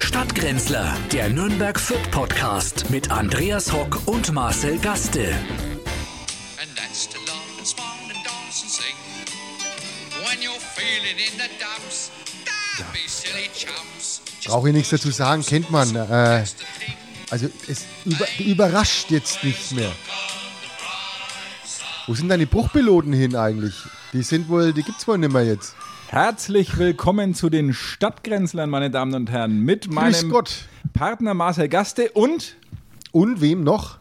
Stadtgrenzler, der Nürnberg Fit Podcast mit Andreas Hock und Marcel Gaste. And that's to laugh and smile and dance and sing. When you're feeling in the dumps, don't be silly chumps. Brauche ich nichts dazu sagen, kennt man. Äh, also es über, überrascht jetzt nicht mehr. Wo sind denn die Bruchpiloten hin eigentlich? Die sind wohl, die gibt's wohl nicht mehr jetzt. Herzlich willkommen zu den Stadtgrenzlern, meine Damen und Herren, mit Grüß meinem Gott. Partner Marcel Gaste und Und wem noch?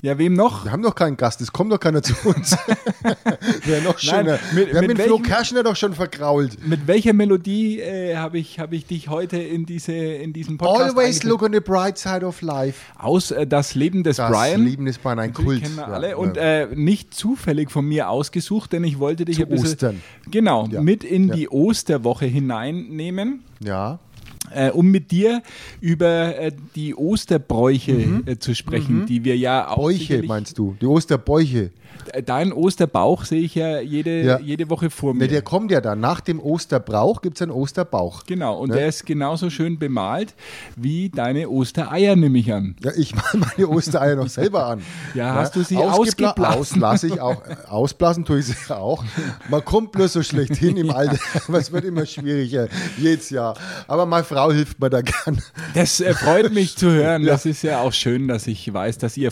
ja, wem noch? Wir haben doch keinen Gast, es kommt doch keiner zu uns. Wäre noch schöner. mit- Wir haben mit den Flo welchem- Kerschner doch schon vergrault. Mit welcher Melodie äh, habe ich, hab ich dich heute in, diese, in diesem Podcast Always eingeführt? look on the bright side of life. aus äh, Das Leben des Das Brian. Lieben ist Brian ein Die Kult. kennen wir Ja, alle ja. und äh, nicht zufällig von mir ausgesucht, denn ich wollte dich Zu ein bisschen Ostern. genau Ja. mit in Ja. die Osterwoche hineinnehmen. ja. äh, um mit dir über äh, die Osterbräuche Mhm. äh, zu sprechen, die wir ja auch. Bäuche sicherlich- meinst du? Die Osterbäuche. Äh, Dein Osterbauch sehe ich ja jede, Ja. jede Woche vor mir. Ne, der kommt ja dann. Nach dem Osterbrauch gibt es einen Osterbauch. genau, und Ne? der ist genauso schön bemalt wie deine Ostereier, nehme ich an. Ja, ich mache meine Ostereier noch selber an. Ja, hast du sie Ausgebla- ausgeblasen? Aus, lass ich auch, äh, ausblasen tue ich sie auch. Man kommt bloß so schlecht hin im Alter, aber es wird immer schwieriger, jedes Jahr. Aber meine Frau hilft mir da gern. Das äh, freut mich zu hören. Das ist ja auch schön, dass ich weiß, dass ihr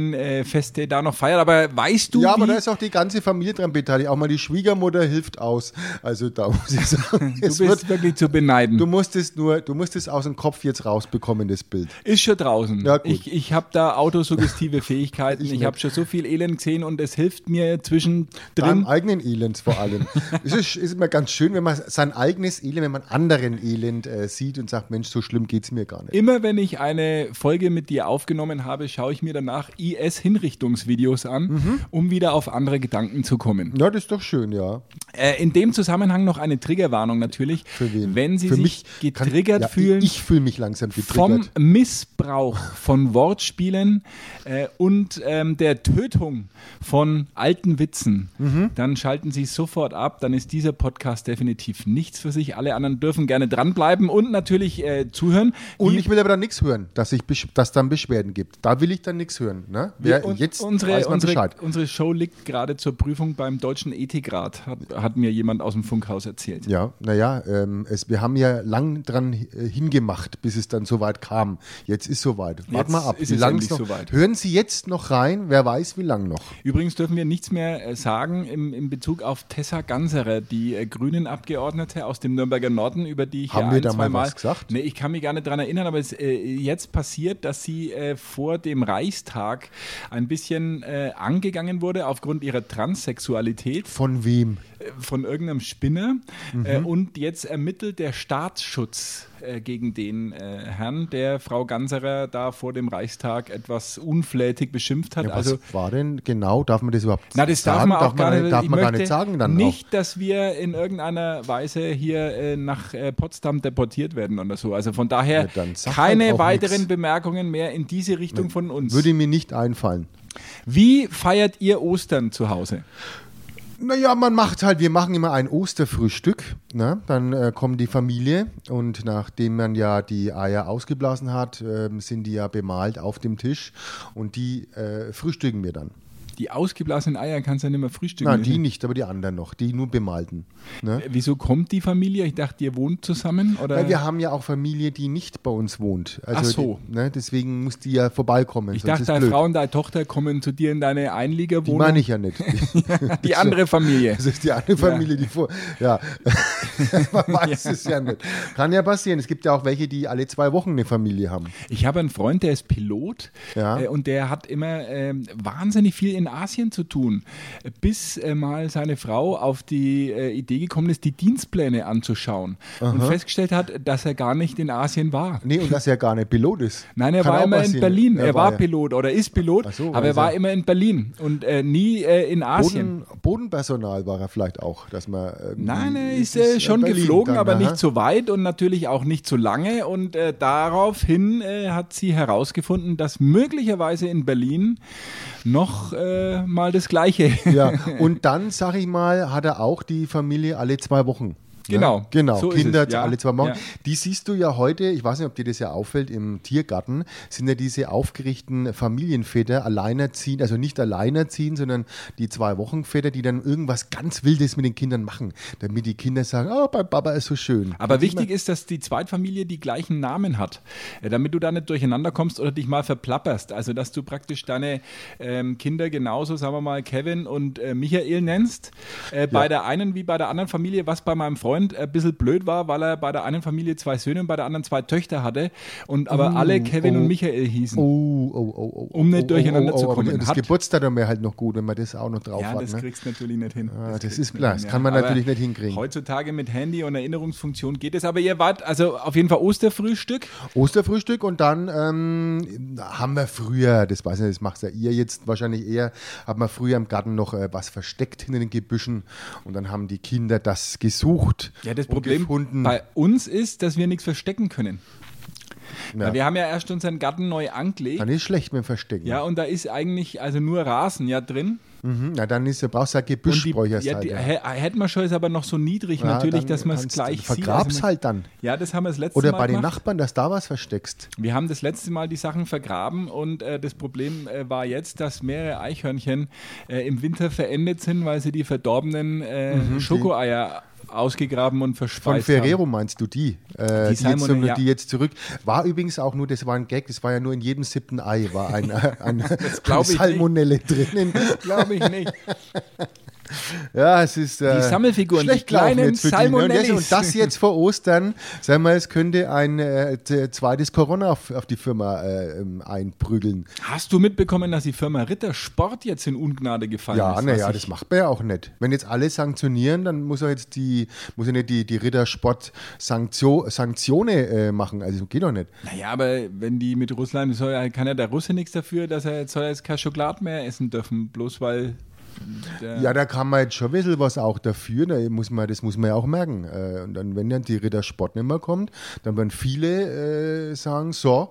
Familienfeste da noch feiert. Aber weißt du, ja, aber wie, da ist auch die ganze Familie dran beteiligt. Auch mal die Schwiegermutter hilft aus. Also da muss ich sagen, du es bist wird, wirklich zu beneiden. du musst es nur, du musst es aus dem Kopf jetzt rausbekommen, das Bild. Ist schon draußen. Ja, gut. Ich, ich habe da autosuggestive Fähigkeiten. ich nicht. habe schon so viel Elend gesehen und es hilft mir Beim zwischendrin. eigenen Elend vor allem. es ist, ist immer ganz schön, wenn man sein eigenes Elend, wenn man anderen Elend äh, sieht und sagt, Mensch, so schlimm geht's mir gar nicht. Immer wenn ich eine Folge mit dir aufgenommen habe, schaue ich mir danach IS-Hinrichtungsvideos an, Mhm. um wieder auf andere Gedanken zu kommen. Na, das ist doch schön, ja. Äh, in dem Zusammenhang noch eine Triggerwarnung natürlich. Für wen? Wenn Sie Für sich kann- getriggert ja, fühlen. Ich, ich fühle mich langsam vom getriggert. Missbrauch von Wortspielen äh, und ähm, der Tötung von alten Witzen, Mhm. dann schalten Sie sofort ab. Dann ist dieser Podcast definitiv nichts für sich. Alle anderen dürfen gerne dranbleiben und natürlich äh, zuhören. und Wie- ich will aber dann nichts hören, dass ich besch- dass dann Beschwerden gibt. Da will ich dann nichts hören. Ne? Wer, und jetzt unsere, weiß man unsere, Bescheid. unsere Show liegt gerade zur Prüfung beim Deutschen Ethikrat, hat, hat mir jemand aus dem Funkhaus erzählt. Ja, naja, ähm, es, wir haben ja lang dran hi- äh, hingemacht, bis es dann soweit kam. Jetzt ist soweit. Jetzt Wart mal ab. ist wie es lang endlich noch? soweit. Hören Sie jetzt noch rein, wer weiß, wie lang noch. Übrigens dürfen wir nichts mehr äh, sagen im, in Bezug auf Tessa Ganserer, die äh, grünen Abgeordnete aus dem Nürnberger Norden, über die ich Haben ja wir ein, da zwei mal was gesagt? Nee, ich kann mich gar nicht dran erinnern, aber es äh, jetzt passiert, dass sie äh, vor dem Reichstag ein bisschen äh, angegangen wurde aufgrund ihrer Transsexualität Von wem? äh, von irgendeinem Spinner. Äh, Mhm. und jetzt ermittelt der Staatsschutz äh, gegen den äh, Herrn, der Frau Ganserer da vor dem Reichstag etwas unflätig beschimpft hat. Ja, also was war denn genau? Darf man das überhaupt na, das darf sagen? man auch gar nicht, darf ich man gar möchte nicht sagen dann auch. Nicht, dass wir in irgendeiner Weise hier äh, nach äh, Potsdam deportiert werden oder so. Also von daher Ja, dann sag keine halt auch weiteren nix. Bemerkungen mehr in diese Richtung von uns. Würde mir nicht einfallen. Wie feiert ihr Ostern zu Hause? Naja, man macht halt, wir machen immer ein Osterfrühstück. Ne? Dann äh, kommt die Familie und nachdem man ja die Eier ausgeblasen hat, ähm, sind die ja bemalt auf dem Tisch und die äh, frühstücken wir dann. Die ausgeblasenen Eier kannst du ja nicht mehr frühstücken. Nein, die nicht, aber die anderen noch, die nur bemalten. Ne? Äh, Wieso kommt die Familie? Ich dachte, ihr wohnt zusammen oder? Weil wir haben ja auch Familie, die nicht bei uns wohnt. Also Äh, Ach so. Die, ne? Deswegen muss die ja vorbeikommen. ich sonst dachte, ist deine blöd. Frau und deine Tochter kommen zu dir in deine Die Einliegerwohnung. meine ich ja nicht. Die andere Familie. Das ist die eine Familie, die vor. Ja, man weiß es ja nicht. Kann ja passieren. Es gibt ja auch welche, die alle zwei Wochen eine Familie haben. Ich habe einen Freund, der ist Pilot Ja. äh, und der hat immer ähm, wahnsinnig viel in Asien zu tun, bis äh, mal seine Frau auf die äh, Idee gekommen ist, die Dienstpläne anzuschauen und festgestellt hat, dass er gar nicht in Asien war. Nee, und das ja gar nicht Pilot ist. Nein, er Kann war auch immer in passieren. Berlin. Er, war ja Pilot oder ist Pilot, Ach so, aber er also- war immer in Berlin und äh, nie äh, in Asien. Boden, Bodenpersonal war er vielleicht auch, dass man. irgendwie- Nein, er ist Es äh, schon Berlin geflogen, dann, aber aha. nicht so weit und natürlich auch nicht so lange. Und äh, daraufhin äh, hat sie herausgefunden, dass möglicherweise in Berlin noch äh, mal das Gleiche. Ja, und dann, sag ich mal, hat er auch die Familie alle zwei Wochen. Genau. Ne? Genau, So ist Kinder es, ja. alle zwei Wochen. Ja. Die siehst du ja heute, ich weiß nicht, ob dir das ja auffällt, im Tiergarten sind ja diese aufgerichteten Familienväter alleinerziehend, also nicht alleinerziehend, sondern die zwei Wochenväter, die dann irgendwas ganz Wildes mit den Kindern machen, damit die Kinder sagen, oh, bei Papa ist so schön. Aber wichtig ist, dass die Zweitfamilie die gleichen Namen hat, äh, damit du da nicht durcheinander kommst oder dich mal verplapperst. Also, dass du praktisch deine ähm, Kinder genauso, sagen wir mal, Kevin und äh, Michael nennst. Äh, Bei der einen wie bei der anderen Familie, was bei meinem Freund ein bisschen blöd war, weil er bei der einen Familie zwei Söhne und bei der anderen zwei Töchter hatte und aber alle Kevin und Michael hießen. Uh, Oh, oh, oh, oh, oh, Um nicht oh, durcheinander oh, oh, zu aber kommen. Das Hat- Geburtsdatum wäre halt noch gut, wenn man das auch noch drauf Ja, hat. das ne? Ah, kriegst du natürlich nicht hin. das kriegst ist du klar. nicht hin, Das kann man Aber natürlich nicht hinkriegen. Heutzutage mit Handy und Erinnerungsfunktion geht es. Aber ihr wart also auf jeden Fall Osterfrühstück. Osterfrühstück und dann ähm, haben wir früher, das weiß ich nicht, das macht ja ihr jetzt wahrscheinlich eher, haben wir früher im Garten noch äh, was versteckt hinter den Gebüschen und dann haben die Kinder das gesucht. Ja, das und Problem gefunden. bei uns ist, dass wir nichts verstecken können. Ja. Weil wir haben ja erst unseren Garten neu angelegt. Dann ist schlecht mit dem Verstecken. Ja, und da ist eigentlich also nur Rasen ja drin. Mhm. Na, dann ist, du brauchst ja Und Gebüsch, bräuchst ja, halt, die, ja. hä- hätten wir schon, ist aber noch so niedrig Ja, natürlich, dann dass man es kannst du- gleich sieht. vergrab's man- halt dann. Ja, das haben wir das letzte Oder Mal bei den gemacht. Nachbarn, dass da was versteckst. Wir haben das letzte Mal die Sachen vergraben und äh, das Problem äh, war jetzt, dass mehrere Eichhörnchen äh, im Winter verendet sind, weil sie die verdorbenen äh, Schokoeier ausgegraben und Mhm, Von verspeist Ferrero haben. meinst du die? Äh, die, jetzt, Salmonellen, ja. die jetzt zurück. War übrigens auch nur, das war ein Gag, das war ja nur in jedem siebten Ei, war ein, äh, ein, glaub eine ich nicht. Salmonelle drinnen. Glaube ich nicht. Ja, es ist. Äh, Die Sammelfiguren, schlecht die kleinen gelaufen jetzt für die, ne? Und das- Salmonellis. Und das jetzt vor Ostern, sagen wir, es könnte ein äh, t- zweites Corona auf, auf die Firma äh, ähm, einprügeln. Hast du mitbekommen, dass die Firma Rittersport jetzt in Ungnade gefallen Ja, ist? naja, Was das ich- macht man ja auch nicht. Wenn jetzt alle sanktionieren, dann muss er jetzt die, muss er nicht die, die Rittersport Sanktio, Sanktionen äh, machen. Also geht doch nicht. Naja, aber wenn die mit Russland, soll ja, kann ja der Russe nichts dafür, dass er jetzt soll er jetzt kein Schokolade mehr essen dürfen, bloß weil. Der, Ja, da kann man jetzt schon ein bisschen was auch dafür, da muss man, das muss man ja auch merken. Äh, Und dann, wenn dann die Rittersport nicht mehr kommt, dann werden viele äh, sagen, so,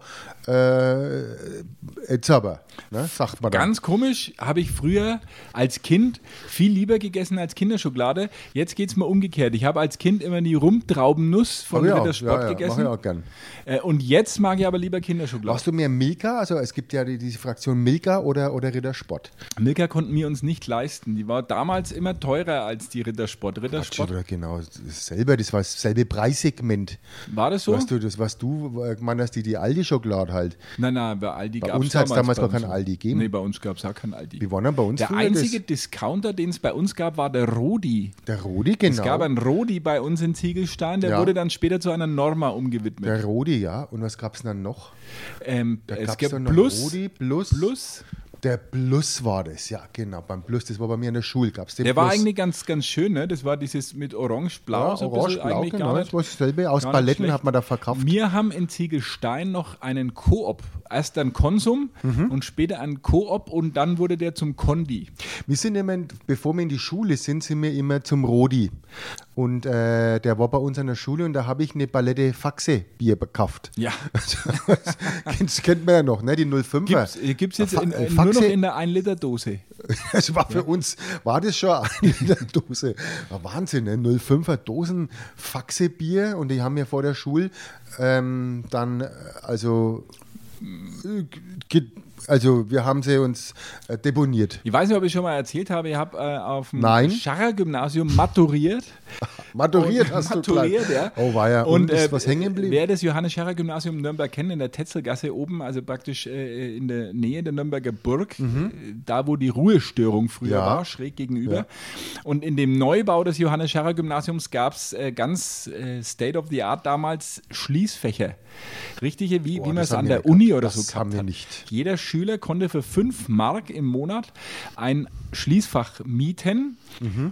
äh, jetzt aber, ne, sagt man dann. Ganz komisch, habe ich früher als Kind viel lieber gegessen als Kinderschokolade. Jetzt geht es mal umgekehrt. Ich habe als Kind immer die Rumtraubennuss Mach von ich auch, Rittersport ja, ja, Mach gegessen. ich auch gern. Äh, Und jetzt mag ich aber lieber Kinderschokolade. Brauchst du mehr Milka? Also es gibt ja die, diese Fraktion Milka oder, oder Rittersport. Milka konnten wir uns nicht leisten. Die war damals immer teurer als die Rittersport. Rittersport, Oder genau, selber, das war dasselbe Preissegment. war das so? Was du, das, was du äh, gemeint hast, die, die Aldi-Schokolade halt. Nein, nein, bei Aldi Bei gab uns hat's damals noch kein Aldi gegeben. Nee, bei uns gab es auch kein Aldi. Wir waren ja bei uns der früher einzige Discounter, den es bei uns gab, war der Rodi. Der Rodi, genau. Es gab einen Rodi bei uns in Ziegelstein, der Ja. wurde dann später zu einer Norma umgewidmet. der Rodi, ja. Und was gab es dann noch? Ähm, es gab's gab dann noch Plus, Rudi, Plus. Plus. Der Plus war das, ja, genau. Beim Plus, das war bei mir in der Schule, gab es den Der Plus. war eigentlich ganz, ganz schön, ne? Das war dieses mit Orange-Blau. ja, so ein orange, bisschen blau, eigentlich genau. gar Das nicht. war dasselbe. Aus gar nicht Paletten schlecht. hat man da verkauft. Wir haben in Ziegelstein noch einen Koop. Erst dann Konsum Mhm. und später einen Koop und dann wurde der zum Kondi. Wir sind immer, bevor wir in die Schule sind, sind wir immer zum Rodi. Und äh, der war bei uns an der Schule und da habe ich eine Palette Faxe-Bier gekauft. Ja. das kennt man ja noch, ne? Die 05er. Gibt's, äh, gibt's jetzt Fa- in, äh, in, nur Faxe, noch in der 1-Liter-Dose. Das war für uns, war das schon eine Dose. War Wahnsinn, ne? 05er Dosen Faxe-Bier und die haben mir vor der Schule ähm, dann, äh, also, äh, ge- also wir haben sie uns äh, deponiert. Ich weiß nicht, ob ich schon mal erzählt habe, ich habe äh, auf dem Nein. Scharrer Gymnasium maturiert. Maturiert hast maturiert, du ja. gleich. Oh, war ja. Und, ist äh, was hängen geblieben? Wer das Johannes Scharrer Gymnasium Nürnberg kennt, in der Tetzelgasse oben, also praktisch äh, in der Nähe der Nürnberger Burg, äh, da wo die Ruhestörung früher Mhm. Ja. war, schräg gegenüber. Und in dem Neubau des Johannes Scharrer Gymnasiums gab es äh, ganz äh, State of the Art damals Schließfächer. Richtige, wie, Boah, wie man das es haben an wir der nicht Uni gehabt. oder Das so haben wir hat. nicht. Jeder Schüler konnte für 5 Mark im Monat ein Schließfach mieten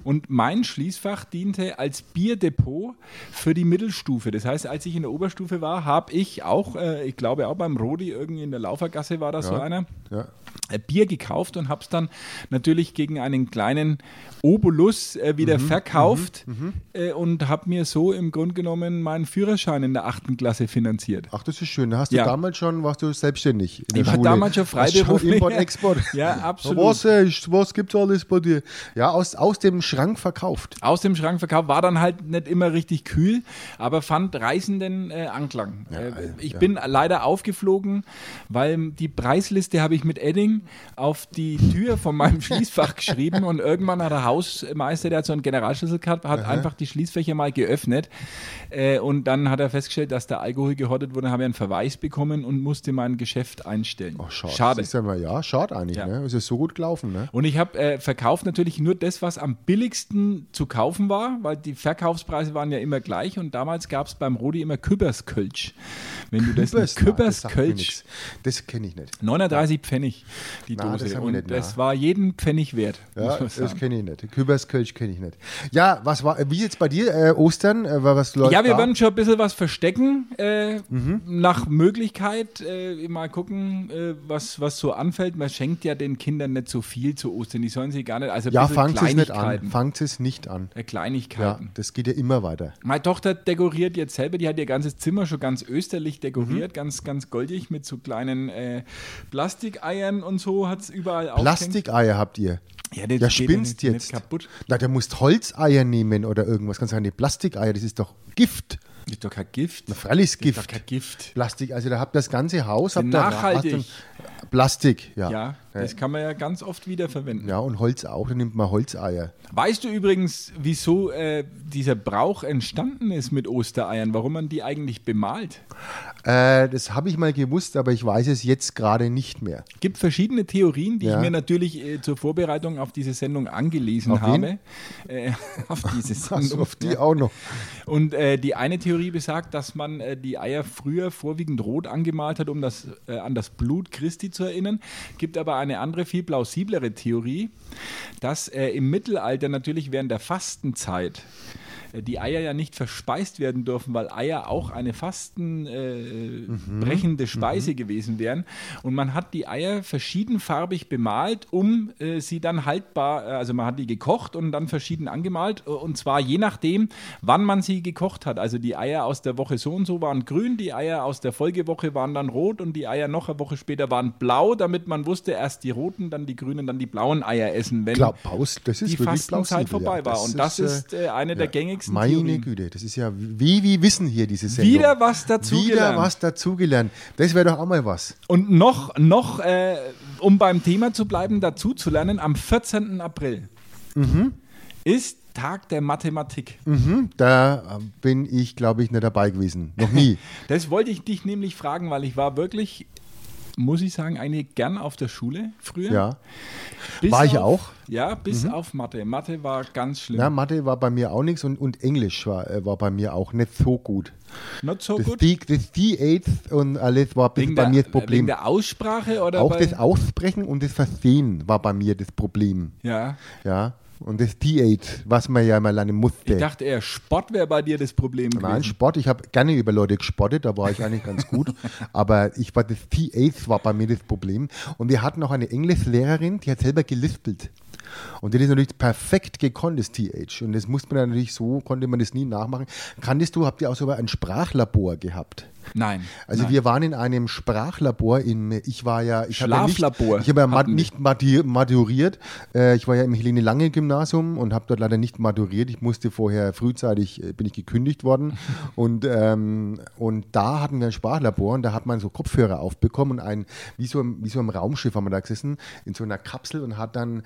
und mein Schließfach diente als Bierdepot für die Mittelstufe. Das heißt, als ich in der Oberstufe war, habe ich auch, äh, ich glaube auch beim Rodi, irgendwie in der Laufergasse war da so einer, Ja. äh, Bier gekauft und habe es dann natürlich gegen einen kleinen Obolus äh, wieder verkauft äh, und habe mir so im Grunde genommen meinen Führerschein in der achten Klasse finanziert. Ach, das ist schön. Da hast du Ja. damals schon, warst du selbstständig in der Ich war Schule. damals schon Hast schon freiberuflich. Import, Export. Ja, absolut. Was, äh, ist- was gibt's alles bei dir? Ja, aus, aus dem Schrank verkauft. Aus dem Schrank verkauft, war dann halt nicht immer richtig kühl, aber fand reißenden äh, Anklang. äh, ich bin leider aufgeflogen, weil die Preisliste habe ich mit Edding auf die Tür von meinem Schließfach geschrieben und irgendwann hat der Hausmeister, der hat so einen Generalschlüssel gehabt, hat einfach die Schließfächer mal geöffnet äh, und dann hat er festgestellt, dass der Alkohol gehortet wurde, habe ich einen Verweis bekommen und musste mein Geschäft einstellen. Ach, schade. Schade. Oh, Das ist ja, mal, ja, schade eigentlich. Ja. Ne? Es ist so gut gelaufen. Ne? Und ich habe äh, verkauft natürlich nur das, was am billigsten zu kaufen war, weil die Verkaufspreise waren ja immer gleich und damals gab es beim Rodi immer Kübberskölsch. Wenn du das nicht- das sagt mir Kübberskölsch, nix. Das kenne ich nicht. 39 Pfennig die Na, das Dose haben wir und nicht, na. das war jeden Pfennig wert. Ja, muss man das sagen. kenne ich nicht. Küberskelch kenne ich nicht. Ja, was war, wie jetzt bei dir, äh, Ostern? Äh, war was läuft Ja, wir da? werden schon ein bisschen was verstecken, äh, Mhm. nach Möglichkeit. Äh, mal gucken, äh, was, was so anfällt. Man schenkt ja den Kindern nicht so viel zu Ostern, die sollen sie gar nicht, also ein Ja, bisschen fangt es nicht an. Kleinigkeiten. Fangt es nicht an. Äh, Ja, Kleinigkeiten. das geht ja immer weiter. Meine Tochter dekoriert jetzt selber, die hat ihr ganzes Zimmer schon ganz österlich dekoriert, Mhm. ganz, ganz goldig mit so kleinen äh, Plastikeiern und so hat es überall aufgehängt. Plastikeier habt ihr. Ja, das ja, geht spinnst ja nicht- jetzt. nicht kaputt. Na, du musst Holzeier nehmen oder irgendwas. Kannst du sagen, die Plastikeier, das ist doch Gift. Das ist doch kein Gift. Das Freilich ist doch Gift. kein Gift. Plastik, also da habt ihr das ganze Haus. Habt ihr- Nachhaltig. hast du- Plastik, ja. Ja, das kann man ja ganz oft wiederverwenden. Ja, und Holz auch, dann nimmt man Holzeier. Weißt du übrigens, wieso äh, dieser Brauch entstanden ist mit Ostereiern? Warum man die eigentlich bemalt? Äh, das habe ich mal gewusst, aber ich weiß es jetzt gerade nicht mehr. gibt verschiedene Theorien, die Ja. ich mir natürlich äh, zur Vorbereitung auf diese Sendung angelesen Auf habe. Äh, auf diese Sendung. Also auf die ja. auch noch. Und äh, die eine Theorie besagt, dass man äh, die Eier früher vorwiegend rot angemalt hat, um das, äh, an das Blut Christi zu erinnern. Gibt aber eine andere, viel plausiblere Theorie, dass äh, im Mittelalter natürlich während der Fastenzeit äh, die Eier ja nicht verspeist werden dürfen, weil Eier auch eine fastenbrechende äh, brechende Speise gewesen wären. Und man hat die Eier verschiedenfarbig bemalt, um äh, sie dann haltbar, äh, also man hat die gekocht und dann verschieden angemalt. äh, Und zwar je nachdem, wann man sie gekocht hat. Also die Eier aus der Woche so und so waren grün, die Eier aus der Folgewoche waren dann rot und die Eier noch eine Woche später waren blau, damit man wusste, erst die roten, dann die grünen, dann die blauen Eier essen. Wenn Glaub, Paus, das ist die wirklich Fastenzeit plausibel, vorbei ja. war. Das und das ist, ist äh, eine der gängigsten Meine Theorien. Güte, das ist ja wie wie Wissen hier, diese Sendung. Wieder was dazugelernt. Wieder was dazugelernt. Das wäre doch auch mal was. Und noch, noch äh, um beim Thema zu bleiben, dazu zu lernen, am 14. April Mhm. ist Tag der Mathematik. Da ähm, bin ich, glaube ich, nicht dabei gewesen. Noch nie. Das wollte ich dich nämlich fragen, weil ich war wirklich, muss ich sagen, eigentlich gern auf der Schule früher. ja. Bis War ich auf, auch? Mhm. Ja, bis auf Mathe. Mathe war ganz schlimm. Na, Mathe war bei mir auch nichts und, und Englisch war, äh, war bei mir auch nicht so gut. Not so Das Oh, gut. die, das die Eighth und alles war ein bisschen Wegen bei der- mir das Wegen Problem. der Aussprache oder Auch bei, das Aussprechen und das Verstehen war bei mir das Problem. Ja. Ja. Und das D8, was man ja immer lernen musste. Ich dachte eher, Sport wäre bei dir das Problem Nein, gewesen. Sport, ich habe gerne über Leute gespottet, da war ich eigentlich ganz gut. Aber ich war das T8 war bei mir das Problem. Und wir hatten auch eine Englischlehrerin, die hat selber gelispelt. Und die hat das natürlich perfekt gekonnt, das TH. Und das musste man dann natürlich so, konnte man das nie nachmachen. Kanntest du, habt ihr auch sogar ein Sprachlabor gehabt? Nein. Also wir waren in einem Sprachlabor in, ich war ja, ich habe ja nicht, Schlaflabor ich habe ja mat, hatten wir. nicht mati- maturiert, äh, ich war ja im Helene Lange Gymnasium und habe dort leider nicht maturiert, ich musste vorher frühzeitig, äh, bin ich gekündigt worden und, ähm, und da hatten wir ein Sprachlabor und da hat man so Kopfhörer aufbekommen und ein, wie so, im- wie so im Raumschiff haben wir da gesessen, in so einer Kapsel und hat dann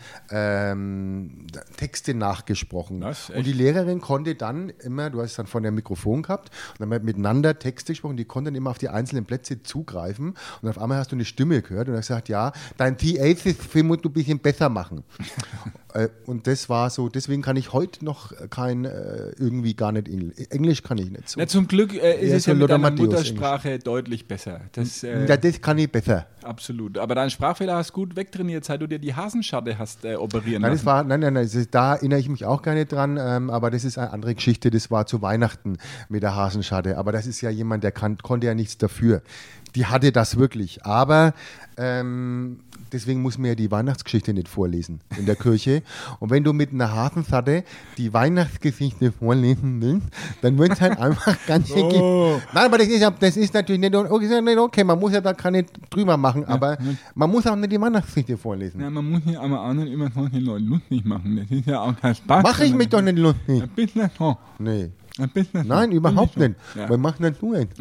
ähm, da- Texte nachgesprochen Was? und die Lehrerin konnte dann immer, du hast dann von der Mikrofon gehabt, und dann haben wir miteinander Texte gesprochen, die konnten immer auf die einzelnen Plätze zugreifen. Und auf einmal hast du eine Stimme gehört und hast gesagt, ja, dein T8-Film musst du ein bisschen besser machen. Äh, und das war so, deswegen kann ich heute noch kein, äh, irgendwie gar nicht Englisch. Englisch kann ich nicht so. Na, zum Glück äh, ist Ja, es so ja mit Lothar deiner Matthäus Muttersprache deutlich besser. Das, äh, ja, das kann ich besser. Absolut. Aber deinen Sprachfehler hast gut wegtrainiert, seit du dir die Hasenscharte hast äh, operieren Nein, das lassen. war, nein, nein, nein, das ist, da erinnere ich mich auch gar nicht dran, ähm, aber das ist eine andere Geschichte. Das war zu Weihnachten mit der Hasenscharte. Aber das ist ja jemand, der kann, konnte ja nichts dafür. die hatte das wirklich. Aber ähm, deswegen muss mir ja die Weihnachtsgeschichte nicht vorlesen in der Kirche. Und wenn du mit einer Hafensatte die Weihnachtsgeschichte vorlesen willst, dann wird es halt einfach ganz schön. Oh. Nein, aber das ist, ja, das ist natürlich nicht okay, nicht okay, man muss ja da keine drüber machen, aber man muss auch nicht die Weihnachtsgeschichte vorlesen. Na, man muss ja aber anderen immer solche Leute lustig machen. Das ist ja auch kein Spaß. Mache ich mich doch nicht lustig. Ein bisschen so. Nee. Ein bisschen Nein, so. überhaupt Ein nicht. bisschen so. Ja. Ja. Wir machen das nur nicht.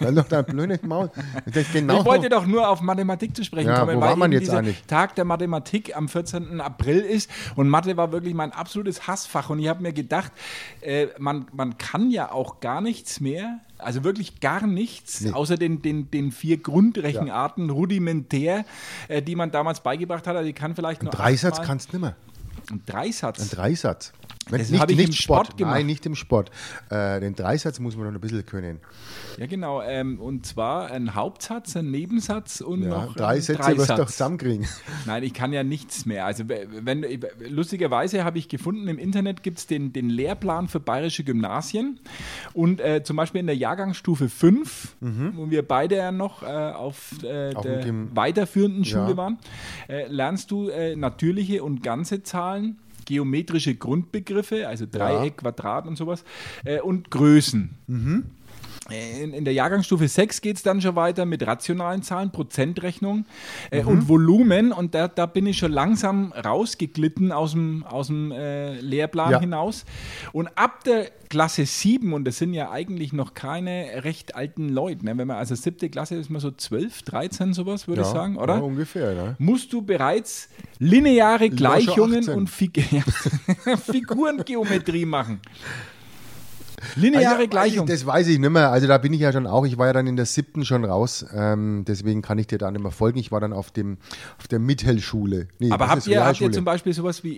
Dann doch dein blödes Maul. Das ist genau Ich wollte doch nur auf Mathematik zu sprechen Ja, kommen, wo weil war man eben jetzt dieser eigentlich? Tag der Mathematik am 14. April ist und Mathe war wirklich mein absolutes Hassfach und ich habe mir gedacht, äh, man, man kann ja auch gar nichts mehr, also wirklich gar nichts, Nee. außer den, den, den vier Grundrechenarten rudimentär, äh, die man damals beigebracht hat. Also ich kann vielleicht nur Dreisatz achtmal- kannst du nicht mehr. Ein Dreisatz. Ein Dreisatz. Wenn- Das habe ich im Sport gemacht. Nein, nicht im Sport. Äh, den Dreisatz muss man noch ein bisschen können. Ja, genau. Ähm, und zwar ein Hauptsatz, ein Nebensatz und Ja, noch drei ein Sätze wirst du doch zusammenkriegen. Nein, ich kann ja nichts mehr. Also wenn lustigerweise habe ich gefunden, im Internet gibt es den, den Lehrplan für bayerische Gymnasien. Und äh, zum Beispiel in der Jahrgangsstufe 5, wo wir beide ja noch äh, auf äh, Mhm. Auf dem der Gym- weiterführenden Ja. Schule waren, äh, lernst du äh, natürliche und ganze Zahlen, geometrische Grundbegriffe, also Dreieck, Quadrat und sowas, äh, und Größen. Äh, In, in der Jahrgangsstufe 6 geht es dann schon weiter mit rationalen Zahlen, Prozentrechnung Mhm. äh, und Volumen. Und da, da bin ich schon langsam rausgeglitten aus dem, aus dem äh, Lehrplan Ja. hinaus. Und ab der Klasse 7, und das sind ja eigentlich noch keine recht alten Leute, ne? wenn man also siebte Klasse ist, man so 12, 13 sowas, würde ich sagen, oder? Ja, ungefähr, ne? musst du bereits lineare Gleichungen 18. und Fig ja, Figurengeometrie machen. Lineare Also, Gleichung. Das weiß ich nicht mehr. Also da bin ich ja schon auch. Ich war ja dann in der siebten schon raus. Ähm, deswegen kann ich dir da nicht mehr folgen. Ich war dann auf, dem, auf der Mittelschule. Nee, Aber das habt ist ihr, habt ihr Realschule. zum Beispiel sowas wie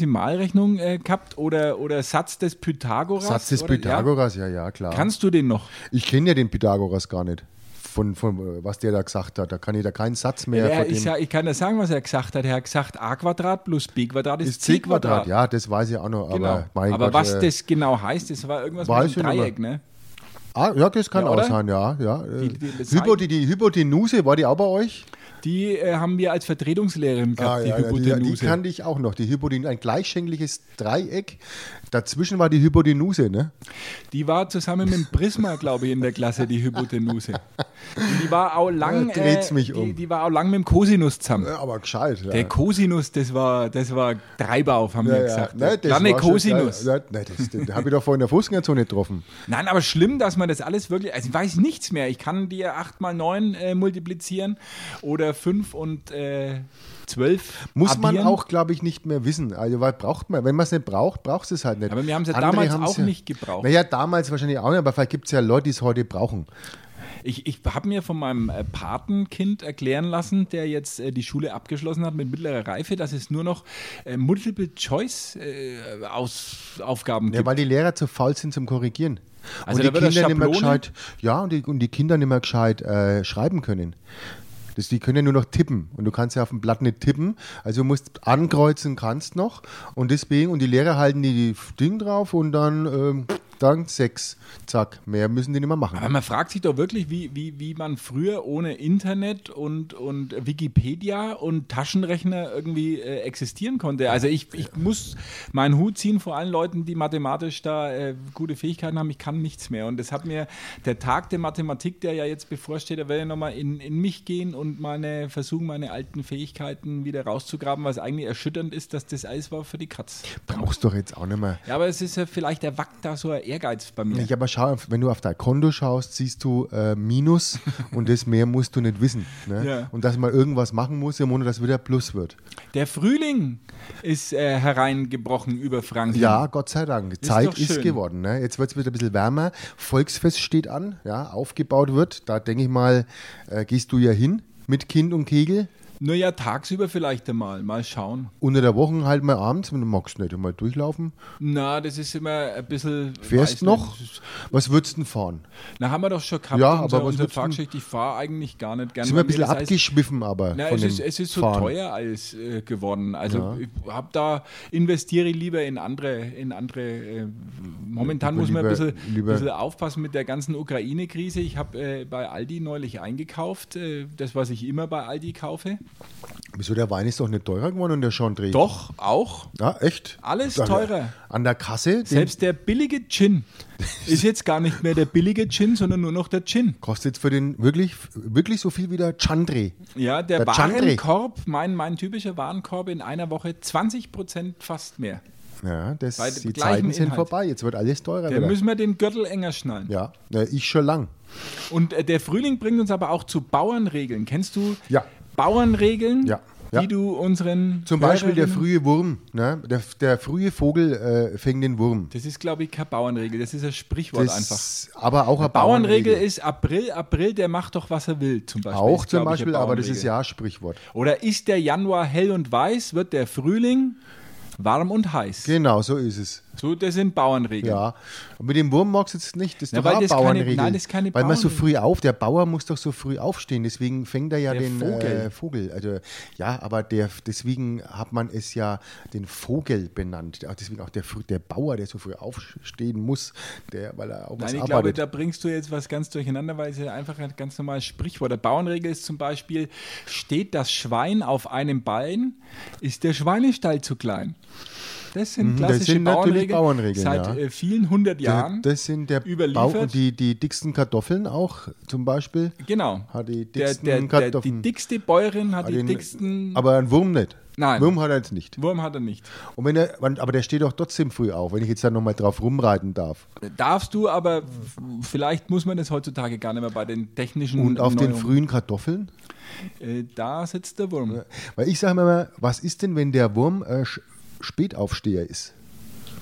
Infinitesimalrechnung äh, gehabt oder, oder Satz des Pythagoras? Satz des oder, Pythagoras, ja, ja, klar. Ja? Kannst du den noch? ich kenne ja den Pythagoras gar nicht. Von, von äh, was der da gesagt hat. Da kann ich da keinen Satz mehr er, von dem. ich, sag- ich kann ja sagen, was er gesagt hat. Er hat gesagt, a Quadrat plus b Quadrat ist, ist C Quadrat, ja, das weiß ich auch noch. Genau. Aber, mein Aber Gott, was äh, das genau heißt, das war irgendwas weiß mit dem ich nicht mehr. Dreieck, ne? Ah, ja, das kann Ja, auch oder? sein, ja. ja. Die, Die- die- das Hypoten die Hypotenuse, war die auch bei euch? Ah, Die äh, haben wir als Vertretungslehrerin gehabt, die die, die Hypotenuse. kannte ich auch noch. Die Hypotenuse, ein gleichschenkliges Dreieck. Dazwischen war die Hypotenuse, ne? Die war zusammen mit dem Prisma, glaube ich, in der Klasse, die Hypotenuse. Und die war auch lang, äh, Ja, dreht's mich die, um. die war auch lang mit dem Cosinus zusammen. Ja, aber gescheit. Ja. Der Cosinus, das war, das war Treibauf, haben ja, wir ja. gesagt. Ne, das Lange war schon Cosinus. geil. Ne, das, den habe ich doch vorhin in der Fußgängerzone getroffen. Nein, aber schlimm, dass man das alles wirklich. Also ich weiß nichts mehr. Ich kann dir 8 mal 9 äh, multiplizieren oder 5 und äh, 12. Muss man addieren. auch, glaube ich, nicht mehr wissen. Also, weil braucht man, wenn man es nicht braucht, braucht es halt nicht. Aber wir haben's ja Andere damals haben's auch nicht gebraucht. Naja, damals wahrscheinlich auch nicht, aber vielleicht gibt es ja Leute, die es heute brauchen. Ich, ich habe mir von meinem äh, Patenkind erklären lassen, der jetzt äh, die Schule abgeschlossen hat mit mittlerer Reife, dass es nur noch äh, Multiple-Choice-Aufgaben Ja, gibt. weil die Lehrer zu faul sind zum Korrigieren. Also und da die wird das Kinder nicht mehr Schablone- gescheit, ja, und die, und die Kinder nicht mehr gescheit äh, schreiben können. Das, die können ja nur noch tippen und du kannst ja auf dem Blatt nicht tippen. Also du musst ankreuzen kannst noch und deswegen, und die Lehrer halten die, die Ding drauf und dann, ähm, dann sechs. Zack. Mehr müssen die nicht mehr machen. Aber man fragt sich doch wirklich, wie, wie, wie man früher ohne Internet und, und Wikipedia und Taschenrechner irgendwie äh, existieren konnte. Also ich, ich muss meinen Hut ziehen vor allen Leuten, die mathematisch da äh, gute Fähigkeiten haben. Ich kann nichts mehr. Und das hat mir der Tag der Mathematik, der ja jetzt bevorsteht, da werde ich nochmal in, in mich gehen und meine versuchen, meine alten Fähigkeiten wieder rauszugraben, was eigentlich erschütternd ist, dass das alles war für die Katz. Brauchst doch jetzt auch nicht mehr. Ja, aber es ist ja vielleicht erwackt da so ein Ehrgeiz bei mir. Ich aber schau, wenn du auf dein Konto schaust, siehst du äh, Minus und das mehr musst du nicht wissen. Ne? Ja. Und dass man irgendwas machen muss, im Monat, dass wieder Plus wird. Der Frühling ist äh, hereingebrochen über Franken. Ja, Gott sei Dank. doch Zeit schön. ist geworden. Ne? Jetzt wird es wieder ein bisschen wärmer. Volksfest steht an, ja, aufgebaut wird. Da denke ich mal, äh, gehst du ja hin mit Kind und Kegel. Naja, tagsüber vielleicht einmal, mal schauen. Unter der Woche halt mal abends, wenn du magst, nicht mal durchlaufen. Na, das ist immer ein bisschen. weiß Fährst nicht. noch? Was würdest du denn fahren? Na, haben wir doch schon gehabt, Ja, unsere, aber was unsere würdest du- Fahrschicht. Ich fahre eigentlich gar nicht gerne. Sind wir ein bisschen das heißt, abgeschwiffen, aber. Na, von es, dem ist, es ist so Fahren. teuer als äh, geworden. Also ich hab da investiere ich lieber in andere, in andere. Äh, momentan Lieber- muss man ein lieber- bisschen, lieber- bisschen aufpassen mit der ganzen Ukraine-Krise. Ich habe äh, bei Aldi neulich eingekauft, äh, das was ich immer bei Aldi kaufe. Wieso der Wein ist doch nicht teurer geworden und der Chandré? Doch auch. Ja, echt? Alles An der- teurer. An der Kasse? den Selbst der billige Gin ist jetzt gar nicht mehr der billige Gin, sondern nur noch der Gin. Kostet für den wirklich, wirklich so viel wie der Chandré. Ja, der, Der Chandri. Warenkorb, mein, mein typischer Warenkorb in einer Woche 20 Prozent fast mehr. Ja, das, Bei dem die gleichen Zeiten sind Inhalt. vorbei. Jetzt wird alles teurer. Da wieder. müssen wir den Gürtel enger schnallen. ja, na, ich schon lang. Und äh, der Frühling bringt uns aber auch zu Bauernregeln. Kennst du Ja. Bauernregeln, Ja, ja. die du unseren. Zum Beispiel der Hörerinnen- frühe Wurm. Ne? Der, der frühe Vogel äh, fängt den Wurm. Das ist, glaube ich, keine Bauernregel, das ist ein Sprichwort einfach. Das, aber auch eine Bauernregel ist April, April, der macht doch, was er will, zum Beispiel. Auch ist, zum glaub ich, eine Beispiel, aber das ist Bauernregel. ja ein Sprichwort. Oder ist der Januar hell und weiß, wird der Frühling warm und heiß. Genau, so ist es. So, das sind Bauernregeln. Ja. Und mit dem Wurm magst du jetzt nicht. Das ist Na, doch weil auch das keine- Bauernregel. nein, das ist keine weil man so Bauernregel. früh auf, der Bauer muss doch so früh aufstehen, deswegen fängt er ja Der den Vogel. Äh, Vogel. Also, ja, aber der, deswegen hat man es ja den Vogel benannt. Auch Deswegen auch der, früh- der Bauer, der so früh aufstehen muss, der, weil er auch was Nein, ich glaube, arbeitet. da bringst du jetzt was ganz durcheinander, weil es ja einfach ein ganz normales Sprichwort. Der Bauernregel ist zum Beispiel, steht das Schwein auf einem Bein, ist der Schweinestall zu klein. Das sind Mhm, das klassische sind natürlich Bauernregeln, Bauernregeln, seit ja. äh, vielen hundert Jahren. das, das sind der überliefert. Bau- die, die dicksten Kartoffeln auch zum Beispiel. genau. Hat die der, dicksten der, der, die Kartoffeln. dickste Bäuerin hat Hat die den- dicksten... Aber einen Wurm nicht. Nein. Wurm hat er jetzt nicht. Wurm hat er nicht. Und wenn er, aber der steht auch trotzdem früh auf, wenn ich jetzt da nochmal drauf rumreiten darf. Darfst du, aber f- vielleicht muss man das heutzutage gar nicht mehr bei den technischen... Und auf den Neuerungen. frühen Kartoffeln? Äh, da sitzt der Wurm. Weil ich sage mir mal, was ist denn, wenn der Wurm äh, sch- Spätaufsteher ist?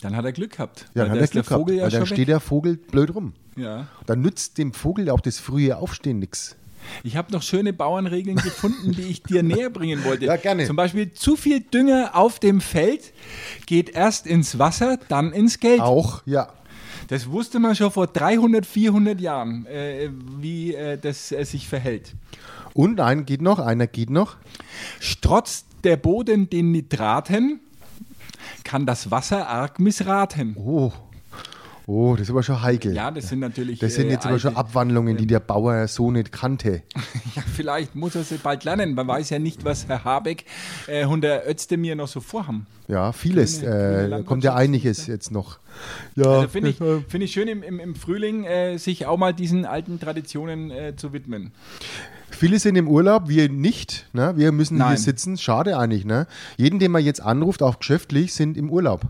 Dann hat er Glück gehabt. Ja, Weil dann da hat er ist der Glück gehabt, Vogel ja weil schon dann weg. steht der Vogel blöd rum. Ja. Dann nützt dem Vogel auch das frühe Aufstehen nichts. Ich habe noch schöne Bauernregeln gefunden, die ich dir näher bringen wollte. Ja, gerne. Zum Beispiel, zu viel Dünger auf dem Feld geht erst ins Wasser, dann ins Geld. Auch, ja. Das wusste man schon vor 300, 400 Jahren, äh, wie äh, das äh, sich verhält. Und ein geht noch, einer geht noch. Strotzt der Boden den Nitraten, kann das Wasser arg missraten. Oh, oh das ist aber schon heikel. Ja, das sind natürlich. das sind äh, jetzt aber schon alte- Abwandlungen, die der Bauer so nicht kannte. Ja, vielleicht muss er sie bald lernen. Man weiß ja nicht, was Herr Habeck äh, und Herr Özdemir noch so vorhaben. Ja, vieles. Grüne- grüne äh, da kommt ja Landwirtschaft- einiges jetzt noch. Ja, äh, Also finde ich, find ich schön im, im, im Frühling, äh, sich auch mal diesen alten Traditionen äh, zu widmen. Viele sind im Urlaub, wir nicht. Ne? Wir müssen Nein. hier sitzen. Schade eigentlich. Ne? Jeden, den man jetzt anruft, auch geschäftlich, sind im Urlaub.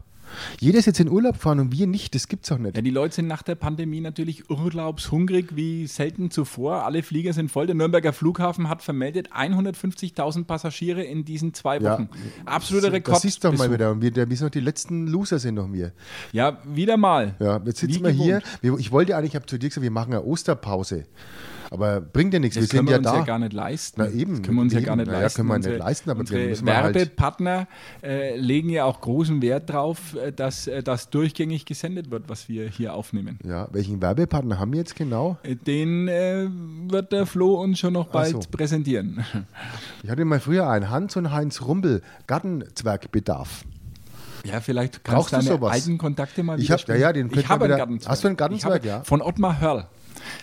Jeder ist jetzt in Urlaub fahren und wir nicht. Das gibt's doch nicht. Ja, die Leute sind nach der Pandemie natürlich urlaubshungrig wie selten zuvor. Alle Flieger sind voll. Der Nürnberger Flughafen hat vermeldet 150.000 Passagiere in diesen zwei Ja. Wochen. Absoluter Rekord. das ist doch mal wieder. Und wir, wir sind noch die letzten Loser sind noch wir. Ja, wieder mal. Ja, jetzt Wie sitzen wir hier. gewohnt. Wir, ich wollte eigentlich, ich habe zu dir gesagt, wir machen eine Osterpause. Aber bringt ja nichts. Das wir können sind wir ja uns da. ja gar nicht leisten. Na eben, Das können wir uns ja eben. gar nicht Na ja, leisten. können wir nicht Unsere- leisten, aber unsere wir müssen mal halt- Werbepartner äh, legen ja auch großen Wert drauf, äh, dass äh, das durchgängig gesendet wird, was wir hier aufnehmen. ja, welchen Werbepartner haben wir jetzt genau? Den äh, wird der Flo uns schon noch bald so. präsentieren. Ich hatte mal früher einen Hans und Heinz Rumpel Gartenzwergbedarf. Ja, vielleicht Brauchst kannst du du deine sowas? alten Kontakte mal Ich wieder hab- ja, spielen. ja, den ich könnten habe wir einen wieder- Gartenzwerg. Hast du einen Gartenzwerg, ich habe, ja? Von Ottmar Hörl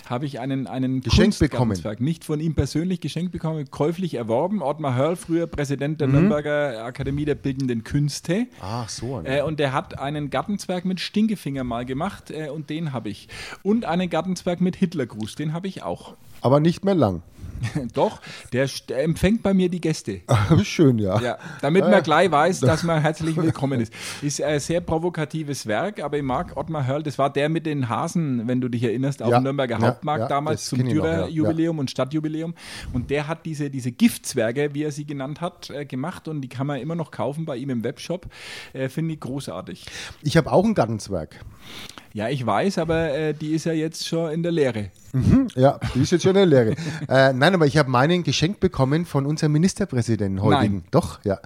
habe ich einen, einen Geschenkt bekommen. Kunstgartenzwerg. Nicht von ihm persönlich geschenkt bekommen, käuflich erworben. Ottmar Hörl, früher Präsident der Mhm. Nürnberger Akademie der Bildenden Künste. Ach Ah, so. ein- Äh, und der hat einen Gartenzwerg mit Stinkefinger mal gemacht äh, und den habe ich. Und einen Gartenzwerg mit Hitlergruß, den habe ich auch. Aber nicht mehr lang. Doch, der, st- der empfängt bei mir die Gäste. Schön, ja. Ja, damit Ja, man gleich weiß, dass man herzlich willkommen ist. Ist ein sehr provokatives Werk, aber ich mag Ottmar Hörl, das war der mit den Hasen, wenn du dich erinnerst, auf Ja, dem Nürnberger ja, Hauptmarkt ja, damals das zum kenn ich noch, ja, Dürer-Jubiläum und Stadtjubiläum. Und der hat diese, diese Giftzwerge, wie er sie genannt hat, äh, gemacht und die kann man immer noch kaufen bei ihm im Webshop. Äh, Finde ich großartig. Ich habe auch einen Gartenzwerg. Ja, ich weiß, aber äh, die ist ja jetzt schon in der Lehre. Ja, die ist jetzt schon eine Lehre. äh, nein, aber ich habe meinen geschenkt bekommen von unserem Ministerpräsidenten heutigen. Nein. Doch, ja.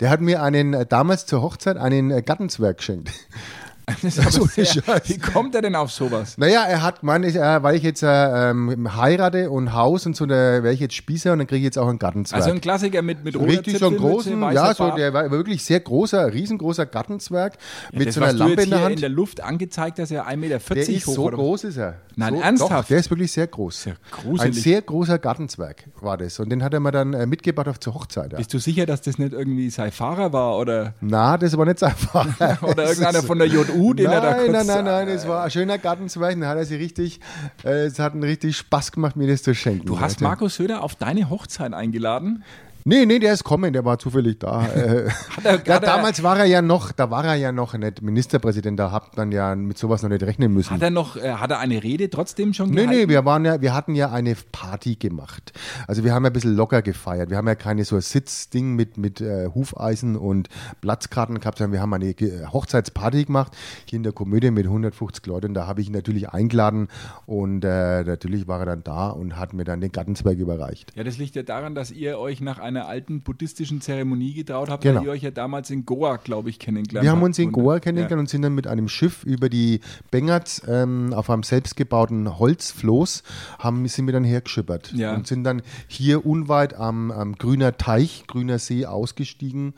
Der hat mir einen äh, damals zur Hochzeit einen äh, Gartenzwerg geschenkt. Das ist aber So ein sehr, Scheiß. wie kommt er denn auf sowas? Naja, er hat gemeint, ich, äh, weil ich jetzt äh, ähm, heirate und Haus und so, da wäre ich jetzt Spießer und dann kriege ich jetzt auch einen Gartenzwerg. Also ein Klassiker mit, mit roter Richtig so einen Zipfelmütze, großen, weißer ja, so Bart. der war wirklich sehr großer, riesengroßer Gartenzwerg mit das, so einer was du Lampe jetzt in der hier Hand. in der Luft angezeigt, dass er 1,40 Meter Der ist hoch so oder was? groß, ist er. Nein, so, ernsthaft? Doch, der ist wirklich sehr groß. Sehr gruselig. Ein sehr großer Gartenzwerg war das. Und den hat er mir dann äh, mitgebracht auf zur Hochzeit. Ja. Bist du sicher, dass das nicht irgendwie sein Fahrer war oder, Na, das war nicht einfach. oder irgendeiner von der JU, den nein, er da kurz... nein, nein, nein, es war ein schöner Gartenzwerg. Dann hat er sie richtig, äh, es hat einen richtig Spaß gemacht, mir das zu schenken. Du hast Ja, der- Markus Söder auf deine Hochzeit eingeladen. Nee, nee, der ist kommen, der war zufällig da. Äh, er- da hat er- damals war er ja noch, da war er ja noch nicht Ministerpräsident, da habt man ja mit sowas noch nicht rechnen müssen. Hat er noch, äh, hat er eine Rede trotzdem schon Nee, gehalten? nee, wir, waren ja, wir hatten ja eine Party gemacht. Also wir haben ja ein bisschen locker gefeiert. Wir haben ja keine so Sitzding mit, mit äh, Hufeisen und Platzkarten gehabt, sondern wir haben eine Ge- Hochzeitsparty gemacht hier in der Komödie mit 150 Leuten. Da habe ich ihn natürlich eingeladen und äh, natürlich war er dann da und hat mir dann den Gartenzweig überreicht. Ja, das liegt ja daran, dass ihr euch nach einer alten buddhistischen Zeremonie getraut habt, Genau. weil ihr euch ja damals in Goa, glaube ich, kennengelernt Wir habt. haben uns in Und- Goa kennengelernt Ja. und sind dann mit einem Schiff über die Bengerts ähm, auf einem selbstgebauten Holzfloß haben, sind wir dann hergeschippert Ja. und sind dann hier unweit am, am Grüner Teich, Grüner See ausgestiegen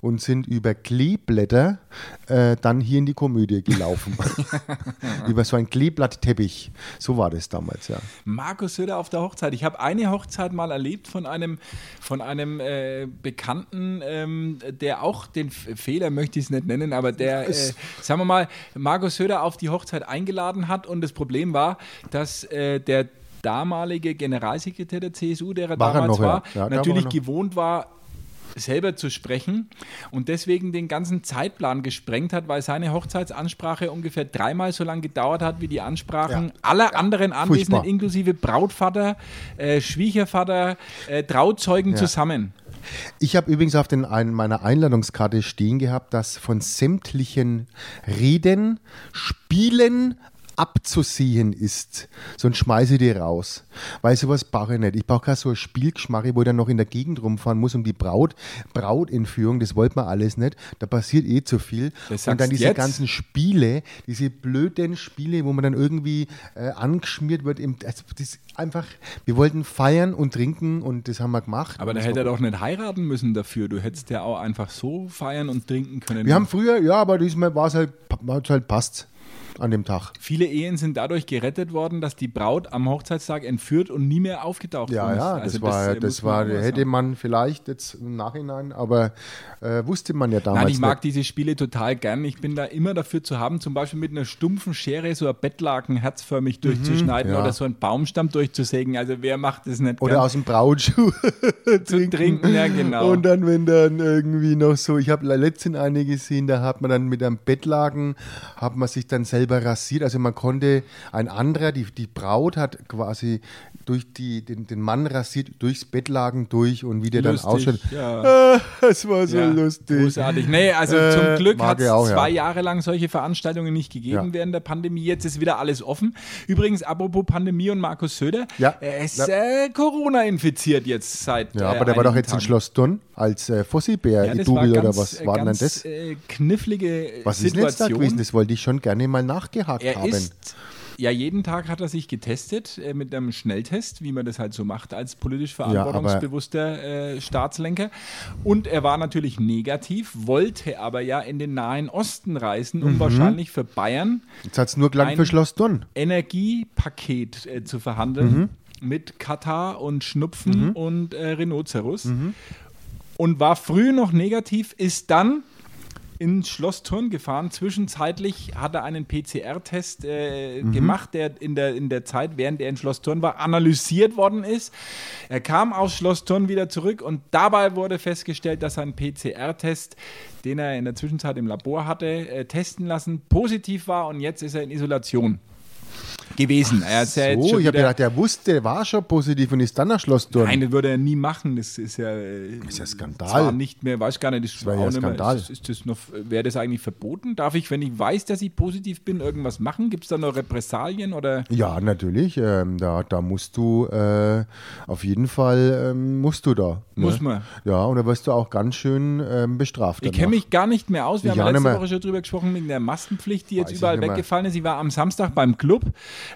und sind über Kleeblätter äh, dann hier in die Komödie gelaufen. über so einen Kleeblattteppich. So war das damals, ja. Markus Söder auf der Hochzeit. Ich habe eine Hochzeit mal erlebt von einem, von einem äh, Bekannten, ähm, der auch den F Fehler möchte ich es nicht nennen, aber der, äh, sagen wir mal, Markus Söder auf die Hochzeit eingeladen hat und das Problem war, dass äh, der damalige Generalsekretär der CSU, der er War er damals noch, ja. war, Ja, da war er natürlich noch. gewohnt war, selber zu sprechen und deswegen den ganzen Zeitplan gesprengt hat, weil seine Hochzeitsansprache ungefähr dreimal so lange gedauert hat wie die Ansprachen Ja. aller anderen Anwesenden, Furchtbar. inklusive Brautvater, äh, Schwiegervater, äh, Trauzeugen zusammen. Ich habe übrigens auf den, ein, meiner Einladungskarte stehen gehabt, dass von sämtlichen Reden, Spielen abzusehen ist. Sonst schmeiße ich die raus. Weil sowas brauche ich nicht. Ich brauche kein so ein Spielgeschmarre, wo ich dann noch in der Gegend rumfahren muss um die Braut, Brautentführung, das wollte man alles nicht. Da passiert eh zu viel. Das Und dann sagst diese jetzt? ganzen Spiele, diese blöden Spiele, wo man dann irgendwie äh, angeschmiert wird. Im, also das ist einfach, wir wollten feiern und trinken und das haben wir gemacht. Aber Und da das hätte war er doch nicht heiraten müssen dafür. Du hättest ja auch einfach so feiern und trinken können. Wir haben früher, ja, aber diesmal war es halt, hat's halt passt an dem Tag. Viele Ehen sind dadurch gerettet worden, dass die Braut am Hochzeitstag entführt und nie mehr aufgetaucht Ja, worden ist. ja, das Also war, äh, das, muss man war, auch mal hätte sagen. man vielleicht jetzt im Nachhinein, aber äh, wusste man ja damals Nein, ich mag nicht. diese Spiele total gern. Ich bin da immer dafür zu haben, zum Beispiel mit einer stumpfen Schere so ein Bettlaken herzförmig durchzuschneiden Mhm, ja. oder so einen Baumstamm durchzusägen. Also wer macht das nicht Oder aus dem Brautschuh. gern? zu trinken? Ja, genau. Und dann, wenn dann irgendwie noch so, ich habe letztens eine gesehen, da hat man dann mit einem Bettlaken, hat man sich dann selber rasiert. Also man konnte, ein anderer, die, die Braut hat quasi durch die, den, den Mann rasiert, durchs Bettlagen durch und wie der dann ausschaut. ja. Das war so Ja, lustig. Großartig. Nee, also Äh, zum Glück mag hat es ich auch, ja. zwei Jahre lang solche Veranstaltungen nicht gegeben Ja. während der Pandemie. Jetzt ist wieder alles offen. Übrigens, apropos Pandemie und Markus Söder, Ja. er ist Ja. Äh, Corona infiziert jetzt seit. Ja, äh, aber der war doch einigen jetzt in Tagen. Schloss Dunn als äh, Fossibär, Ja, ja, das war Idubel ganz, oder was äh, war denn ganz, das? Äh, knifflige äh, Was ist denn Situation. jetzt da gewesen? Das wollte ich schon gerne mal nachgehakt Er haben. ist, ja, jeden Tag hat er sich getestet äh, mit einem Schnelltest, wie man das halt so macht als politisch verantwortungsbewusster äh, Staatslenker. Und er war natürlich negativ, wollte aber ja in den Nahen Osten reisen, um wahrscheinlich für Bayern jetzt hat es nur gelangt ein- für Schloss Dunn. Energiepaket äh, zu verhandeln mit Katar und Schnupfen und äh, Rhinoceros. Und war früh noch negativ, ist dann ins Schloss Thurn gefahren. Zwischenzeitlich hat er einen PCR-Test äh, Mhm. gemacht, der in, der in der Zeit, während er in Schloss Thurn war, analysiert worden ist. Er kam aus Schloss Thurn wieder zurück und dabei wurde festgestellt, dass sein PCR-Test, den er in der Zwischenzeit im Labor hatte, äh, testen lassen, positiv war und jetzt ist er in Isolation. gewesen. er ist ja jetzt Oh, schon ich habe wieder- gedacht, der wusste, der war schon positiv und ist dann nach Schlossturm. Nein, das würde er nie machen. Das ist ja. äh, Ist ja Skandal. Zwar nicht mehr, weiß gar nicht. Das, war auch ja nicht mehr- Skandal. Ist, ist das noch, wäre das eigentlich verboten? Darf ich, wenn ich weiß, dass ich positiv bin, irgendwas machen? Gibt es da noch Repressalien oder? Ja, natürlich. Ähm, da, da musst du, äh, auf jeden Fall ähm, musst du da. Ne? Muss man. Ja, und da wirst du auch ganz schön ähm, bestraft. Ich kenne danach. mich gar nicht mehr aus. Wir Ich auch haben nicht letzte mehr. Woche schon drüber gesprochen wegen der Maskenpflicht, die jetzt Weiß ich überall nicht mehr. weggefallen ist. Ich war am Samstag beim Club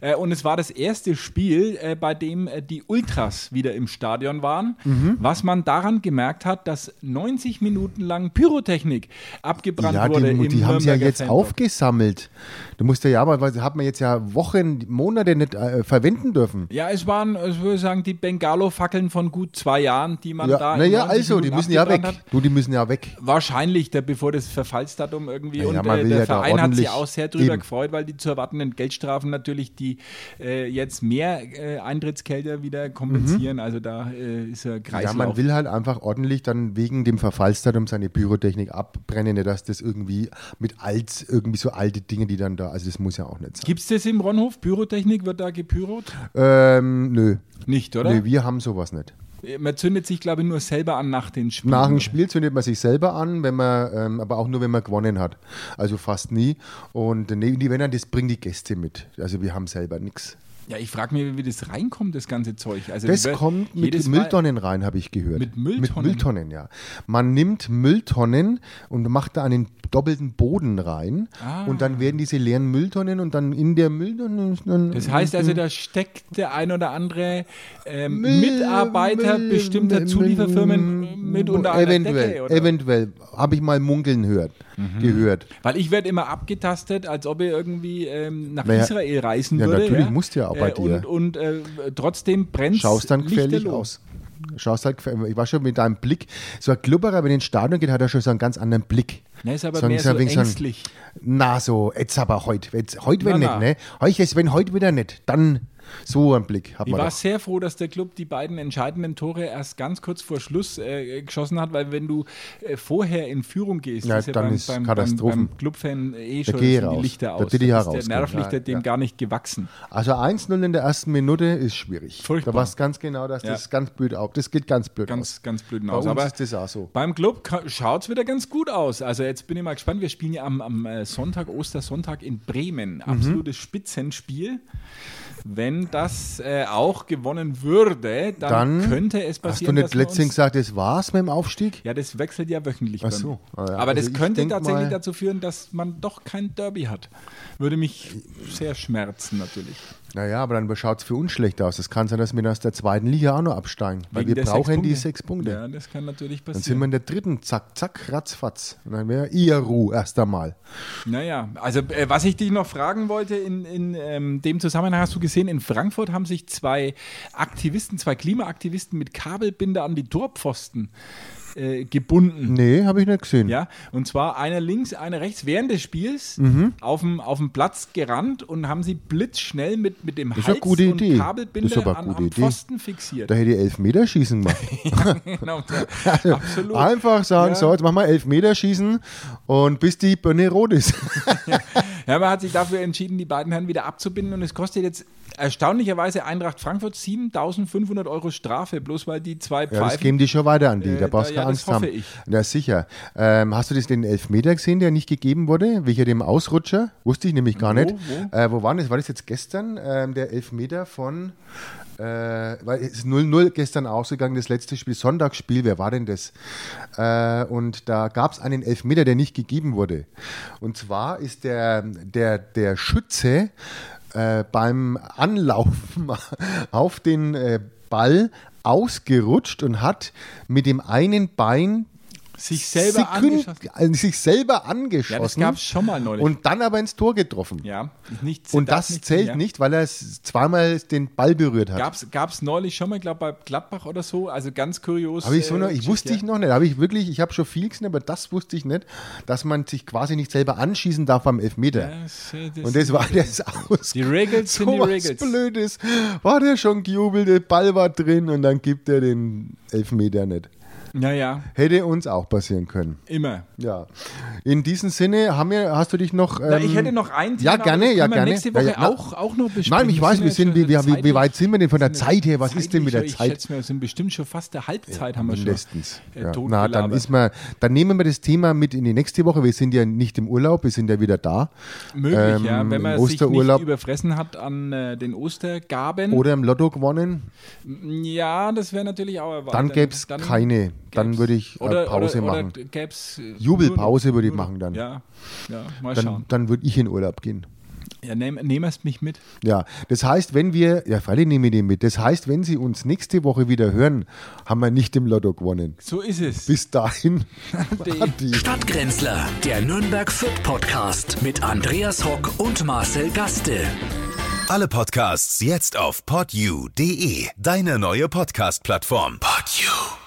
äh, und es war das erste Spiel, äh, bei dem äh, die Ultras wieder im Stadion waren. Mhm. Was man daran gemerkt hat, dass 90 Minuten lang Pyrotechnik abgebrannt Ja, wurde. die, im die haben sie ja Nürnberger jetzt Fanblock. aufgesammelt. Du musst ja, ja, aber weil hat man jetzt ja Wochen, Monate nicht äh, verwenden dürfen. Ja, es waren, ich würde sagen, die Bengalo-Fackeln von gut zwei Jahren, die man da. Ja, in naja, 90 also, die Minuten müssen ja weg. abgebrannt hat. Du, die müssen ja weg. Wahrscheinlich, der, bevor das Verfallsdatum irgendwie Naja, und man äh, will der ja da Verein hat ordentlich- sich auch sehr drüber eben. gefreut, weil die zu erwartenden Geldstrafen natürlich die äh, jetzt mehr äh, Eintrittsgelder wieder kompensieren. Also da äh, ist ja Kreislauf. Mhm. Ja, man will halt einfach ordentlich dann wegen dem Verfallsdatum seine Pyrotechnik abbrennen, nicht, dass das irgendwie mit alt, irgendwie so alte Dinge, die dann da, also das muss ja auch nicht sein. Gibt es das im Ronhof? Pyrotechnik? Wird da gepyrot? Ähm, nö. Nicht, oder? Nö, wir haben sowas nicht. Man zündet sich, glaube ich, nur selber an nach den Spielen. Nach dem Spiel zündet man sich selber an, wenn man, ähm, aber auch nur, wenn man gewonnen hat. Also fast nie. Und äh, nee, die Männer, das bringen die Gäste mit. Also wir haben selber nichts. Ja, ich frage mich, wie das reinkommt, das ganze Zeug. Also Das die Welt- kommt mit jedes Mal- Mülltonnen rein, habe ich gehört. Mit Mülltonnen? Mit Mülltonnen, ja. Man nimmt Mülltonnen und macht da einen doppelten Boden rein. Ah. Und dann werden diese leeren Mülltonnen und dann in der Mülltonne. Das heißt Mhm. also, da steckt der ein oder andere ähm, Müll- Mitarbeiter Müll- bestimmter Müll- Zulieferfirmen mit unter einer eventuell, Decke. Oder? Mhm. Eventuell. Habe ich mal munkeln gehört, gehört. Weil ich werde immer abgetastet, als ob ich irgendwie ähm, nach Naja, Israel reisen ja, würde. natürlich musst du ja auch bei äh, dir. Und, und äh, trotzdem brennt Schaust dann gefährlich aus. Schaust halt gefährlich. Ich war schon mit deinem Blick. So ein Klubberer, wenn er ins Stadion geht, hat er schon so einen ganz anderen Blick. Ne, ist aber Sagen mehr Sie so ein wenig so ein- ängstlich. Na so, jetzt aber heute. Jetzt, heute wenn Na, nicht, na. ne? Heute, jetzt, wenn heute wieder nicht, dann so ein Blick hat Ich man war doch. sehr froh, dass der Club die beiden entscheidenden Tore erst ganz kurz vor Schluss äh, geschossen hat, weil wenn du äh, vorher in Führung gehst, Ja, dann beim, ist beim, Katastrophen. beim, beim Clubfan eh schon geh sind die raus. Lichter Da aus. bin ich Dann ja ist der rausgegangen. Nervlichter Ja, dem ja. gar nicht gewachsen. Also 1-0 in der ersten Minute ist schwierig. Furchtbar. Da war es ganz genau, dass Ja. das ganz blöd auf. Das geht ganz blöd Ganz, aus. ganz blöden Bei aus. uns Aber ist das auch so. Beim Club schaut es wieder ganz gut aus. Also jetzt bin ich mal gespannt. Wir spielen ja am, am äh, Sonntag, Ostersonntag in Mhm. Bremen. Absolutes Spitzenspiel. Wenn das äh, auch gewonnen würde, dann, Dann könnte es Hast passieren, du nicht dass wir uns- letztens gesagt, das war's mit dem Aufstieg? Ja, das wechselt ja wöchentlich. Ach bei mir. so. Ah ja, Aber also das ich könnte denk tatsächlich mal- dazu führen, dass man doch kein Derby hat. Würde mich sehr schmerzen natürlich. Naja, aber dann schaut es für uns schlecht aus. Es kann sein, dass wir aus der zweiten Liga auch noch absteigen. Weil Wegen wir der brauchen sechs die Punkte. sechs Punkte. Ja, das kann natürlich Dann sind passieren. wir in der dritten, zack, zack, ratzfatz. Und dann wäre Iaru erst einmal. Naja, also äh, was ich dich noch fragen wollte, in, in ähm, dem Zusammenhang hast du gesehen, in Frankfurt haben sich zwei Aktivisten, zwei Klimaaktivisten mit Kabelbinder an die Torpfosten äh, gebunden. Nee, habe ich nicht gesehen. Ja, und zwar einer links, einer rechts während des Spiels Mhm. auf, dem, auf dem Platz gerannt und haben sie blitzschnell mit, mit dem ist Hals eine gute und Idee. Kabelbinde Das ist aber an, eine gute am Idee. Pfosten fixiert. Da hätte ich Elfmeterschießen gemacht. Also, genau, absolut. Einfach sagen, Ja. so, jetzt machen wir Elfmeterschießen und bis die Birne rot ist. Ja, man hat sich dafür entschieden, die beiden Herren wieder abzubinden und es kostet jetzt erstaunlicherweise Eintracht Frankfurt 7500 Euro Strafe, bloß weil die zwei Ja, das Pfeifen. geben die schon weiter an die, Äh, da brauchst du da- ja, keine Angst das hoffe haben. ich. Na sicher. Ähm, hast du das den Elfmeter gesehen, der nicht gegeben wurde, wegen dem Ausrutscher? Wusste ich nämlich gar Wo, nicht. Äh, wo war das? War das jetzt gestern? Ähm, der Elfmeter von äh, weil es ist 0-0 gestern ausgegangen, das letzte Spiel, Sonntagsspiel, wer war denn das? Äh, und da gab es einen Elfmeter, der nicht gegeben wurde. Und zwar ist der, der, der Schütze äh, beim Anlaufen auf den äh, Ball ausgerutscht und hat mit dem einen Bein sich selber Sekunden- angeschossen. also sich selber angeschossen. Ja, das gab's schon mal neulich. Und dann aber ins Tor getroffen. Ja, nicht, Und darf das zählt ja. nicht, weil er s- zweimal den Ball berührt hat. Gab's, gab's neulich schon mal, glaube bei Gladbach oder so, also ganz kurios. Habe ich so äh, noch, ich Geschichte, wusste ja. ich noch nicht. Habe ich wirklich, ich habe schon viel gesehen, aber das wusste ich nicht, dass man sich quasi nicht selber anschießen darf am Elfmeter. Das, äh, das Und das war das aus. Die Regels sind die was Regels. Blödes. War der schon gejubelt, der Ball war drin und dann gibt er den Elfmeter nicht. Naja, Hätte uns auch passieren können. immer. Ja. In diesem Sinne, haben wir, hast du dich noch. Na, ähm, ich hätte noch ein ja, Thema, aber gerne, das ja, können wir gerne. nächste Woche Ja, ja, auch, auch noch besprechen. Nein, ich weiß, wir sind, wie, wie, wie, wie weit sind wir denn von der zeitlich- Zeit her? Was ist denn mit der zeitlich- Ich Zeit? schätze, wir sind bestimmt schon fast der Halbzeit haben wir schon. Mindestens. äh, Ja. tot Na, dann, gelabert. ist man, dann nehmen wir das Thema mit in die nächste Woche. Wir sind ja nicht im Urlaub, wir sind ja wieder da. Möglich, ja, ähm, wenn man im sich nicht Osterurlaub- überfressen hat an äh, den Ostergaben. Oder im Lotto gewonnen. ja, das wäre natürlich auch erwartet. Dann gäbe es keine. Dann gäb's- würde ich äh, oder, Pause oder, machen. Oder gäb's, äh, Jubelpause nur- würde ich nur- machen dann. Ja, ja mal dann schauen. dann würde ich in Urlaub gehen. Ja, nehm, nehm erst mich mit. Ja, das heißt, wenn wir, ja, Freilich nehme ich den mit. Das heißt, wenn Sie uns nächste Woche wieder hören, haben wir nicht im Lotto gewonnen. So ist es. Bis dahin. Ade. Ade. Stadtgrenzler, der Nürnberg Fit Podcast mit Andreas Hock und Marcel Gaste. Alle Podcasts jetzt auf podyou.de, deine neue Podcast-Plattform. Podyou.